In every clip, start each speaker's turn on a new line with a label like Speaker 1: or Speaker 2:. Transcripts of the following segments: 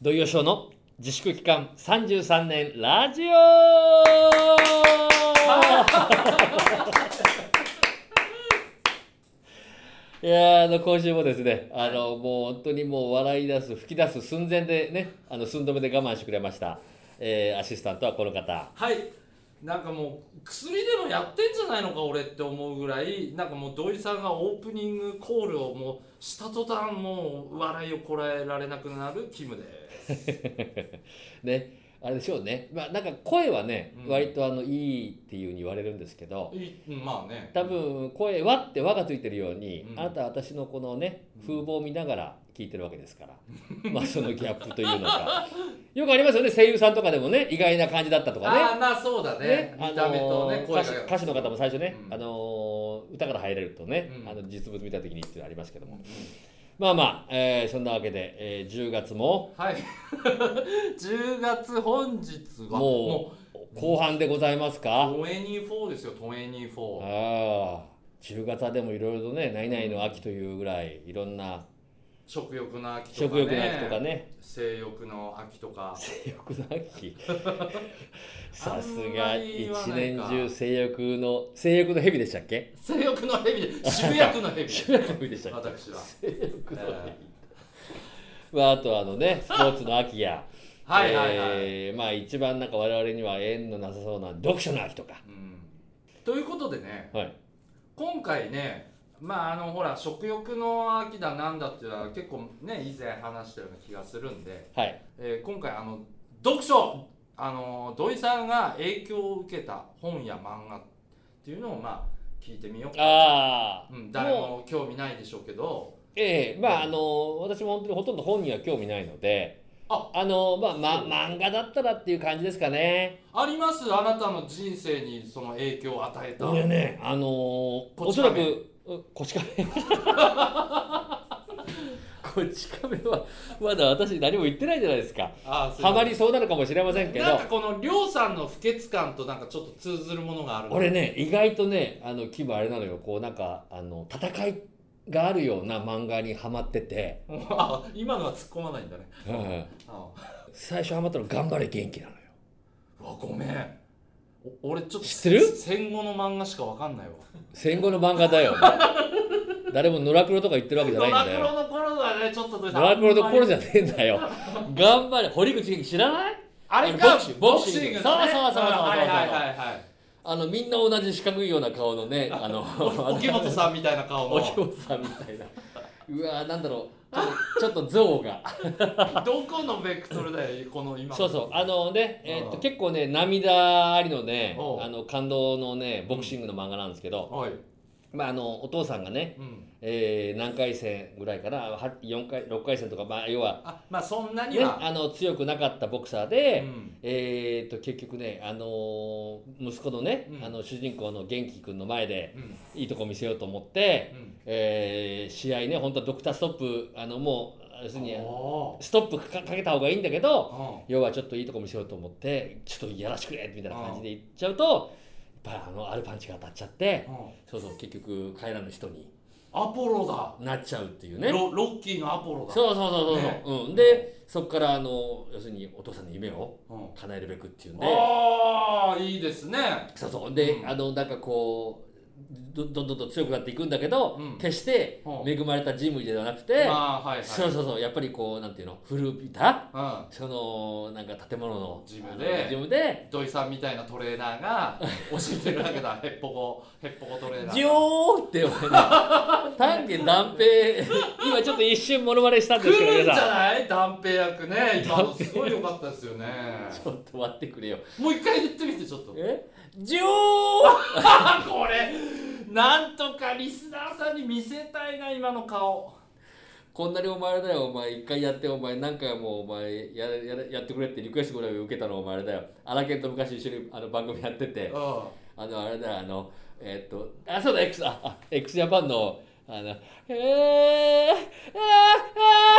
Speaker 1: 土曜ショーの自粛期間33年ラジオ いやーあの今週もですねあの、もう本当にもう笑い出す吹き出す寸前でねあの寸止めで我慢してくれました、えーアシスタントはこの方
Speaker 2: はいなんかもう薬でもやってんじゃないのか俺って思うぐらいなんかもう土井さんがオープニングコールをもうした途端もう笑いをこらえられなくなるキムです
Speaker 1: ねあれでしょうねまあなんか声はね、
Speaker 2: うん
Speaker 1: 割とあのいいっていうふうに言われるんですけど、
Speaker 2: いまあね
Speaker 1: 多分声はって輪がついてるように、
Speaker 2: うん
Speaker 1: あなたは私のこのね風貌を見ながら聞いてるわけですから、 まあそのギャップというのかよくありますよね声優さんとかでもね意外な感じだったとか
Speaker 2: あ
Speaker 1: ね
Speaker 2: あまあそうだね見た目とね、
Speaker 1: あのー
Speaker 2: 声が
Speaker 1: 歌手歌手の方も最初ね、
Speaker 2: うん
Speaker 1: あのー歌から入れるとね、
Speaker 2: うん
Speaker 1: あの実物見た時にっていうのありますけど
Speaker 2: う
Speaker 1: も、
Speaker 2: ん
Speaker 1: まあまあ、えーそんなわけで、えー10月も
Speaker 2: はい 10月本日は
Speaker 1: もう後半でございます
Speaker 2: う
Speaker 1: か、
Speaker 2: 24ですよ24
Speaker 1: ああ10月はでもいろいろとね「何々の秋」というぐらいいろんな
Speaker 2: 食欲の秋とかね
Speaker 1: 食欲の秋とかね
Speaker 2: 性欲の秋とか
Speaker 1: 性欲の 秋さす
Speaker 2: あんま
Speaker 1: が
Speaker 2: り
Speaker 1: 一
Speaker 2: 言わない
Speaker 1: 年
Speaker 2: か
Speaker 1: 中性欲の性欲の蛇でしたっけ
Speaker 2: 性欲の蛇で主役 の蛇
Speaker 1: 性欲の蛇でしたっけ
Speaker 2: 私は
Speaker 1: 性欲の蛇、
Speaker 2: え
Speaker 1: まあ、あとあの ねスポーツの秋や
Speaker 2: はいはいはい、
Speaker 1: えーまあ一番なんか我々には縁のなさそうな読書の秋とか
Speaker 2: うんということでね
Speaker 1: はい
Speaker 2: 今回ねまああのほら食欲の秋だなんだっていうのは結構ね以前話したような気がするんで、
Speaker 1: はい
Speaker 2: えー今回あの読書あの土井さんが影響を受けた本や漫画っていうのをまあ聞いてみよう
Speaker 1: ああ
Speaker 2: うん、誰も興味ないでしょうけど
Speaker 1: ええまああの私も本当にほとんど本には興味ないので
Speaker 2: あ
Speaker 1: あのまあ、ま、漫画だったらっていう感じですかね
Speaker 2: ありますあなたの人生にその影響を与えた
Speaker 1: 俺ねあのー、お
Speaker 2: こち
Speaker 1: そら
Speaker 2: 亀
Speaker 1: くうこち 亀こち亀はまだ私何も言ってないじゃないですか
Speaker 2: あーすい
Speaker 1: ハ
Speaker 2: ま
Speaker 1: マりそうなのかもしれませ
Speaker 2: せ
Speaker 1: ん
Speaker 2: ん
Speaker 1: け
Speaker 2: なん
Speaker 1: ど
Speaker 2: かこのりょうさんの不潔感となんかちょっと通ずるものがある
Speaker 1: 俺ね意外とねあの気分あれなのよこうなんかあの戦いがあるような漫画にハマってて、
Speaker 2: あ今のは突っ込まないんだね。
Speaker 1: うん、
Speaker 2: ああ
Speaker 1: 最初ハマったの「頑張れ元気」なのよ
Speaker 2: うわごめん。お俺ちょっと
Speaker 1: 知ってる
Speaker 2: 戦後の漫画しかわかんないわ。
Speaker 1: 戦後の漫画だよ誰も野良黒とか言ってるわけじゃないんだよ
Speaker 2: の頃だねちょっとどうした
Speaker 1: ドラクロの頃じゃねえんだよ。頑張れ。堀口知らない
Speaker 2: あれ
Speaker 1: ボ
Speaker 2: か
Speaker 1: クシングボクシング
Speaker 2: のね
Speaker 1: そうそうそうそうそうそう
Speaker 2: はいはいはいはい。
Speaker 1: あの、みんな同じ四角いような顔のね、あの、
Speaker 2: 沖本さんみたいな顔
Speaker 1: お
Speaker 2: の
Speaker 1: きょうさんみたいな。うわーなんだろう。ちょっとちょっと象が。
Speaker 2: どこのベクトルだよこの今の。
Speaker 1: そうそう。あのね、えーっと、
Speaker 2: うん
Speaker 1: 結構ね、涙ありのね
Speaker 2: お、う
Speaker 1: あの、感動のね、ボクシングの漫画なんですけど、
Speaker 2: はい。
Speaker 1: まあ、あの、お父さんがね、
Speaker 2: うん。
Speaker 1: えー何回戦ぐらいかな、は4回、6回戦とか、まあ、要は、
Speaker 2: あまあそんなに
Speaker 1: ね、
Speaker 2: は。
Speaker 1: あの、強くなかったボクサー
Speaker 2: う
Speaker 1: で、
Speaker 2: ん。
Speaker 1: えー、と結局ね、あのー息子のね、
Speaker 2: うん
Speaker 1: あの主人公の元気君の前で
Speaker 2: うん
Speaker 1: いいとこ見せようと思って、
Speaker 2: うん。
Speaker 1: えー試合ね本当はドクターストップあのもう要するに
Speaker 2: おー
Speaker 1: ストップかかけた方がいいんだけど
Speaker 2: うん
Speaker 1: 要はちょっといいとこ見せようと思ってちょっとやらしてくれみたいな感じでいっちゃうとやっぱりあのアルパンチが当たっちゃって
Speaker 2: うん
Speaker 1: そうそう結局帰らぬ人に
Speaker 2: アポロだ。
Speaker 1: なっちゃうっていうね。
Speaker 2: ロロッキーのアポロだ。
Speaker 1: そうそうそうそう、
Speaker 2: ね
Speaker 1: うん、でそこからあの要するにお父さんの夢を
Speaker 2: うん
Speaker 1: 叶えるべくっていうんで。
Speaker 2: ああいいですね
Speaker 1: そうそうで、
Speaker 2: うん
Speaker 1: あのなんかこうどどんどんどん強くなっていくんだけど、
Speaker 2: うん
Speaker 1: 決して
Speaker 2: うん
Speaker 1: 恵まれたジムではなくて、
Speaker 2: まあはいはい
Speaker 1: そうそうそうやっぱりこうなんていうの古びた
Speaker 2: うん
Speaker 1: そのなんか建物の
Speaker 2: ジムで
Speaker 1: あのジムで
Speaker 2: 土井さんみたいなトレーナ ーが教えてるわけだへっぽこへっぽこトレーナー
Speaker 1: ジョーって言われた丹下断平 今ちょっと一瞬モノマネしたんで
Speaker 2: 来
Speaker 1: すけど
Speaker 2: るんじ
Speaker 1: 皆
Speaker 2: ゃ
Speaker 1: さん
Speaker 2: ない断平役ね今のすごい良かったですよね
Speaker 1: ちょっと待ってくれよ
Speaker 2: もう一回言ってみてちょっと
Speaker 1: えジョー
Speaker 2: あこれなんとかリスナーさんに見せたいな今の顔
Speaker 1: こんなにお前あれだよお前一回やってお前何回もお前やれやれやってくれってリクエストぐらい受けたのお前あれだよ荒研と昔一緒にあの番組やってて
Speaker 2: う
Speaker 1: あの、あれだ、あの、えーっと、あ、そうだ、X、あ、あ X ジャパンの、あの「えー、あー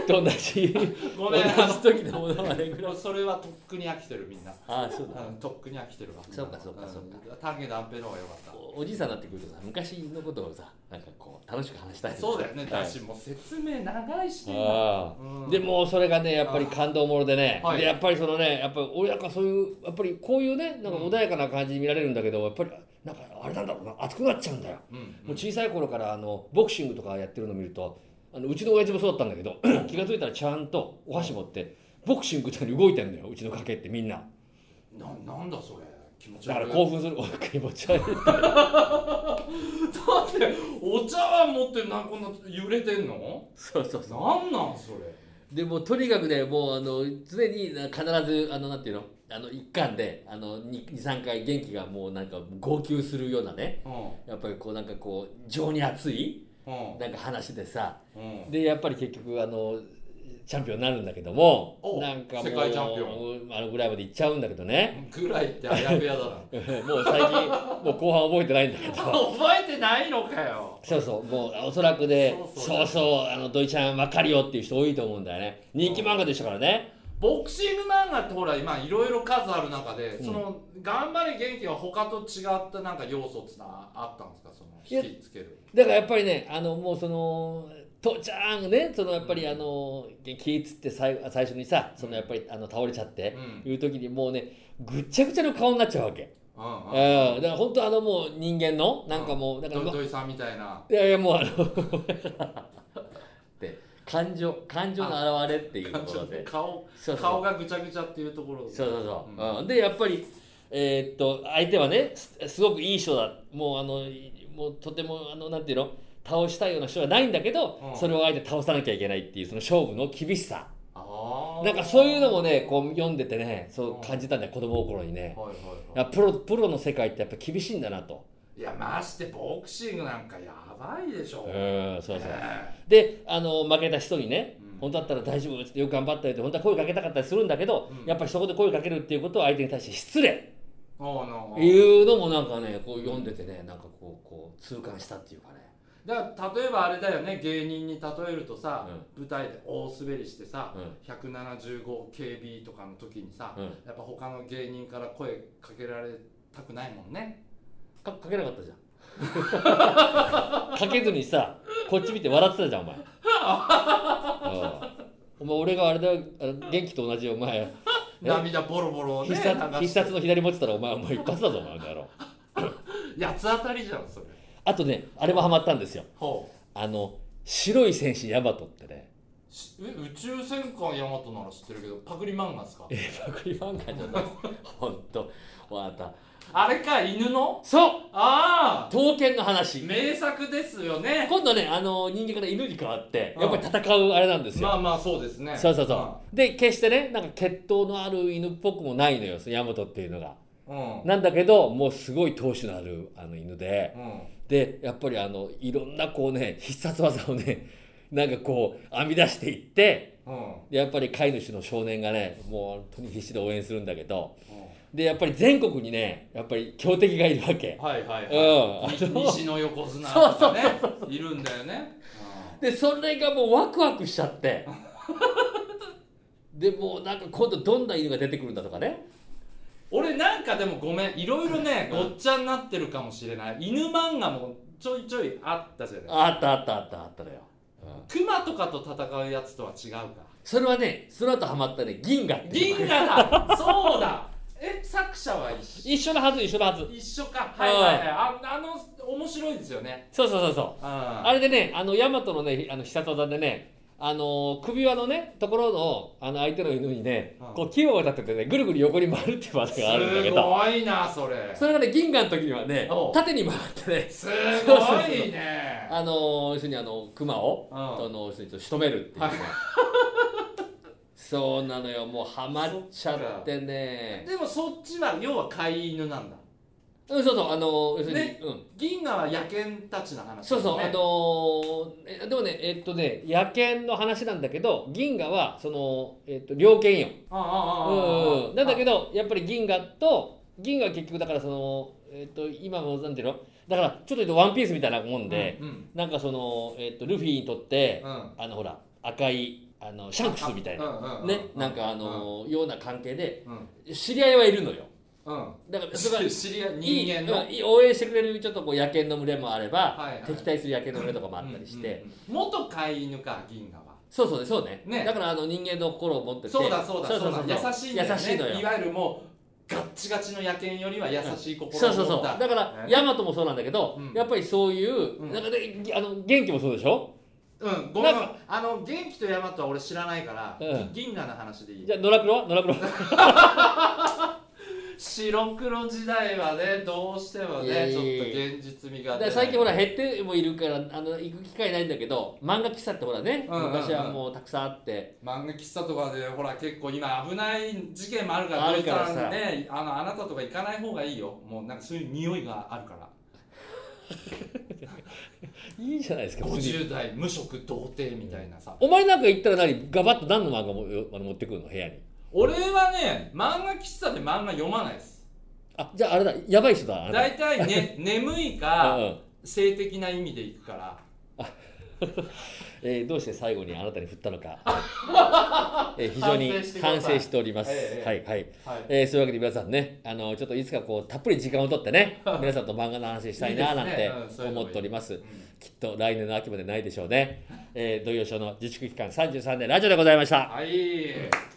Speaker 1: あー」と同じ
Speaker 2: ごめん
Speaker 1: 同じ時のものまでぐらい
Speaker 2: もうそれはとっくに飽きてるみんな
Speaker 1: ああそうだ
Speaker 2: うんとっくに飽きてるわ
Speaker 1: そうかそうかそうか
Speaker 2: ん丹下断平の方が良かっ
Speaker 1: おおじいさんになってくるとさ昔のことをさなんかこう楽しく話したい
Speaker 2: たそうだよね
Speaker 1: はい
Speaker 2: だしもう説明長いしね
Speaker 1: ああ
Speaker 2: うん
Speaker 1: でもうそれがねやっぱり感動ものでね、
Speaker 2: はい
Speaker 1: でやっぱりそのねやっぱり俺なんかそういうやっぱりこういうねなんか
Speaker 2: うん
Speaker 1: 穏やかな感じに見られるんだけどやっぱりなんかあれなんだろうな熱くなっちゃうんだよ、
Speaker 2: うん
Speaker 1: もう小さい頃からあのボクシングとかやってるの見るとあのうちの親父もそうだったんだけど 気が付いたらちゃんとお箸持ってボクシングみたいに動いてんだようちの家系ってみんな
Speaker 2: ななんだそれ気持ち
Speaker 1: だ
Speaker 2: 悪い
Speaker 1: から興奮するお気持ち悪い
Speaker 2: だってお茶碗持ってなんかこんな揺れてんの
Speaker 1: そうそう
Speaker 2: なんなんそれ
Speaker 1: でもうとにかくねもうあの常にな必ずあのなんていうのあの一貫であの23回元気がもうなんか号泣するようなね
Speaker 2: う
Speaker 1: やっぱりこうなんかこう情に熱い
Speaker 2: んうん
Speaker 1: なんか話でさ
Speaker 2: うん
Speaker 1: でやっぱり結局あのチャンピオンになるんだけども
Speaker 2: お
Speaker 1: なんかもう
Speaker 2: 世界チャンピオ
Speaker 1: あのぐらいまで行っちゃうんだけど ね
Speaker 2: ぐらいってあやふやだ な
Speaker 1: もう最近もう後半覚えてないんだけど
Speaker 2: 覚えてないのかよ
Speaker 1: そうそうもうおそらくで
Speaker 2: そう
Speaker 1: そ
Speaker 2: そう
Speaker 1: うそうあの土井ちゃん分かるよっていう人多いと思うんだよね人気漫画でしたからね
Speaker 2: ボクシング漫画ってほら今いろいろ数ある中で、
Speaker 1: うん
Speaker 2: その頑張れ元気は他と違ったなんか要素ってのはあったんですかその
Speaker 1: いや
Speaker 2: 引きつける
Speaker 1: だからやっぱりねあのもうその父ちゃんねそのやっぱりあの気つって最後最初にさそのやっぱりあの倒れちゃって
Speaker 2: うん
Speaker 1: いう時にもうねぐっちゃぐちゃの顔になっちゃうわけ、
Speaker 2: うん
Speaker 1: うん、
Speaker 2: うん
Speaker 1: だから本当あのもう人間のなんかもうだから、
Speaker 2: ど
Speaker 1: ま、い
Speaker 2: 土井さんみたいな
Speaker 1: やいやもうあの って感情感情の表れっていうところで
Speaker 2: 顔
Speaker 1: そうそう
Speaker 2: 顔がぐちゃぐちゃっていうところ
Speaker 1: そうそうそう、
Speaker 2: ん
Speaker 1: うんでやっぱり、えーっと相手はねすすごくいい人だもうあのいもうとてもあのなんていうの倒したいような人はないんだけど、
Speaker 2: うん
Speaker 1: それをあえて倒さなきゃいけないっていうその勝負の厳しさ
Speaker 2: あー
Speaker 1: なんかそういうのもねこう読んでてねそううん感じたんだよ子供心にね、
Speaker 2: はい
Speaker 1: い
Speaker 2: はい
Speaker 1: や
Speaker 2: は
Speaker 1: プロプロの世界ってやっぱ厳しいんだなと、
Speaker 2: いいやましてボクシングなんかやばいでしょ
Speaker 1: うんそうそう
Speaker 2: ね
Speaker 1: であの負けた人にね、
Speaker 2: うん
Speaker 1: 本当だったら大丈夫っつってよく頑張ったよって本当は声かけたかったりするんだけど、
Speaker 2: うん
Speaker 1: やっぱりそこで声かけるっていうことは相手に対して失礼、
Speaker 2: おうの
Speaker 1: いうのもなんかねこう読んでてねなんかこうこう痛感したっていうかね
Speaker 2: だから例えばあれだよね芸人に例えるとさ、舞台で大滑りしてさ、
Speaker 1: うん
Speaker 2: 175 KB とかの時にさ、
Speaker 1: うん
Speaker 2: やっぱ他の芸人から声かけられたくないもんね
Speaker 1: かかけなか ったじゃんかけずにさこっち見て笑ってたじゃんお前うんお前俺があれだよあの元気と同じよお前え
Speaker 2: 涙ボロボロね
Speaker 1: 必
Speaker 2: 流して
Speaker 1: 殺必殺の左持ってたらお前お前一発だぞお前あの野郎
Speaker 2: 八つ当たりじゃんそれ
Speaker 1: あとねあれもハマったんですよ
Speaker 2: ほう
Speaker 1: あの白い戦士ヤマトってね
Speaker 2: しえ宇宙戦艦ヤマトなら知ってるけどパクリ漫画ですか
Speaker 1: えーパクリ漫画じゃないほんとわかった
Speaker 2: あれか犬の
Speaker 1: そう
Speaker 2: ああ
Speaker 1: 刀剣の話
Speaker 2: 名作ですよね
Speaker 1: 今度ねあの人間から犬に変わって
Speaker 2: うん
Speaker 1: やっぱり戦うあれなんですよ、
Speaker 2: まあまあそうですね
Speaker 1: そうそうそうで決してねなんか血統のある犬っぽくもないのよそのヤマトっていうのが
Speaker 2: うんうん、
Speaker 1: なんだけどもうすごい闘志のあるあの犬で
Speaker 2: うん
Speaker 1: でやっぱりあのいろんなこうね必殺技をねなんかこう編み出していって
Speaker 2: うん
Speaker 1: でやっぱり飼い主の少年がねもう本当に必死で応援するんだけど
Speaker 2: う
Speaker 1: でやっぱり全国にねやっぱり強敵がいるわけ
Speaker 2: んはいはいはい、
Speaker 1: う
Speaker 2: に
Speaker 1: ん
Speaker 2: 西の横綱とかねいるんだよね、
Speaker 1: でそれがもうワクワクしちゃって でもうなんか今度どんな犬が出てくるんだとかね
Speaker 2: うん俺なんかでもごめんいろいろね
Speaker 1: うん
Speaker 2: ごっちゃになってるかもしれない犬漫画もちょいちょいあったじゃない
Speaker 1: あったあったあったあったのよ、
Speaker 2: クマとかと戦うやつとは違 うか
Speaker 1: それはねその後ハマったね銀河っていう
Speaker 2: 銀河だそうだえ作者は一緒
Speaker 1: 一緒のはず一緒のはず
Speaker 2: 一緒かはいはいはいああの面白いですよね
Speaker 1: そうそうそうそう
Speaker 2: うん
Speaker 1: あれでねあの大和のねあの必殺技でねあの首輪のねところのあの相手の犬にね、
Speaker 2: うん
Speaker 1: こう器用が立っててねぐるぐる横に回るっていう技があるんだけ
Speaker 2: す
Speaker 1: ど
Speaker 2: ごいなそれ
Speaker 1: それがね銀河の時にはね
Speaker 2: おう
Speaker 1: 縦に回ってね
Speaker 2: す
Speaker 1: そうそう
Speaker 2: ご
Speaker 1: そう
Speaker 2: いね
Speaker 1: あの一緒にあの熊を、
Speaker 2: うん
Speaker 1: あの一緒に仕留めるっていうね、
Speaker 2: はい
Speaker 1: そうなのよもうハマっちゃってね
Speaker 2: でもそっちは要は飼い犬なんだ
Speaker 1: うんそうそうあの要するに、
Speaker 2: ね
Speaker 1: うん
Speaker 2: 銀河は野犬たちの話だよね
Speaker 1: そうそう、あのえでもねえっとね野犬の話なんだけど銀河はそのえっと猟犬よ、
Speaker 2: ああああ
Speaker 1: うん
Speaker 2: あ
Speaker 1: う
Speaker 2: あ
Speaker 1: ん、なんだけどやっぱり銀河と銀河は結局だからそのえっと今もなんていうのだからちょっと言うとワンピースみたいなもんで、
Speaker 2: うん
Speaker 1: なんかその、えっとルフィにとって
Speaker 2: う、ん
Speaker 1: あのほら赤いあのシャンクスみたいな、
Speaker 2: な
Speaker 1: ね、なんかあの、ような関係で
Speaker 2: うん
Speaker 1: 知り合いはいるのよ
Speaker 2: うん
Speaker 1: だからそれが
Speaker 2: 知知り合い
Speaker 1: いい
Speaker 2: 人間の
Speaker 1: いい応援してくれるちょっとこう野犬の群れもあれば、
Speaker 2: はいはい
Speaker 1: 敵対する野犬の群れとかもあったりして、
Speaker 2: うんうんうん元飼い犬か銀河は
Speaker 1: そうそうねそうね
Speaker 2: ね
Speaker 1: だからあの人間の心を持ってて
Speaker 2: そうだそうだそうだ優しいんだよね
Speaker 1: 優しいのよ
Speaker 2: いわゆるもうガッチガチの野犬よりは優しい心を持っ
Speaker 1: そう
Speaker 2: た
Speaker 1: そうそうだから
Speaker 2: ね
Speaker 1: ヤマトもそうなんだけど、
Speaker 2: うん
Speaker 1: やっぱりそういう、
Speaker 2: うん
Speaker 1: なんかねあの元気もそうでしょ
Speaker 2: うんごめん
Speaker 1: なん
Speaker 2: あの元気とヤマトは俺知らないから、
Speaker 1: うん
Speaker 2: 銀河の話でいい
Speaker 1: じゃあ野良黒は野良黒は
Speaker 2: 白黒時代はねどうしても
Speaker 1: いや
Speaker 2: ね
Speaker 1: い
Speaker 2: ちょ
Speaker 1: や
Speaker 2: っ
Speaker 1: いや
Speaker 2: と現実味が出な
Speaker 1: で
Speaker 2: い
Speaker 1: 最近ほら減ってもいるからあの行く機会ないんだけど漫画喫茶ってほらね、
Speaker 2: うんうんうん
Speaker 1: 昔はもうたくさんあって
Speaker 2: 漫画喫茶とかでほら結構今危ない事件もあるから
Speaker 1: あるからさ
Speaker 2: どうしたねあのあなたとか行かない方がいいよもうなんかそういう匂いがあるから
Speaker 1: いいじゃないですか別に
Speaker 2: 50代無職童貞みたいなさ
Speaker 1: お前なんか行ったら何ガバッと何の漫画もよあの持ってくるの部屋に
Speaker 2: 俺はね漫画喫茶で漫画読まないです
Speaker 1: あじゃああれだやばい人だあれだ
Speaker 2: 大体ね眠い
Speaker 1: うんう
Speaker 2: か
Speaker 1: ん
Speaker 2: 性的な意味で行くから
Speaker 1: えーどうして最後にあなたに振ったの か、えー非常に
Speaker 2: 反省してくださ
Speaker 1: 反
Speaker 2: い
Speaker 1: 省しております、
Speaker 2: ええ
Speaker 1: はいはい
Speaker 2: はい
Speaker 1: えーそういうわけで皆さんねあのちょっといつかこうたっぷり時間を取ってね皆さんと漫画の話したいない
Speaker 2: い
Speaker 1: な
Speaker 2: です
Speaker 1: ん
Speaker 2: ね
Speaker 1: て
Speaker 2: うんそういうのもいい
Speaker 1: 思っております
Speaker 2: ん
Speaker 1: きっと来年の秋までないでしょうね、えー、土曜賞の自粛期間33年ラジオでございました
Speaker 2: はい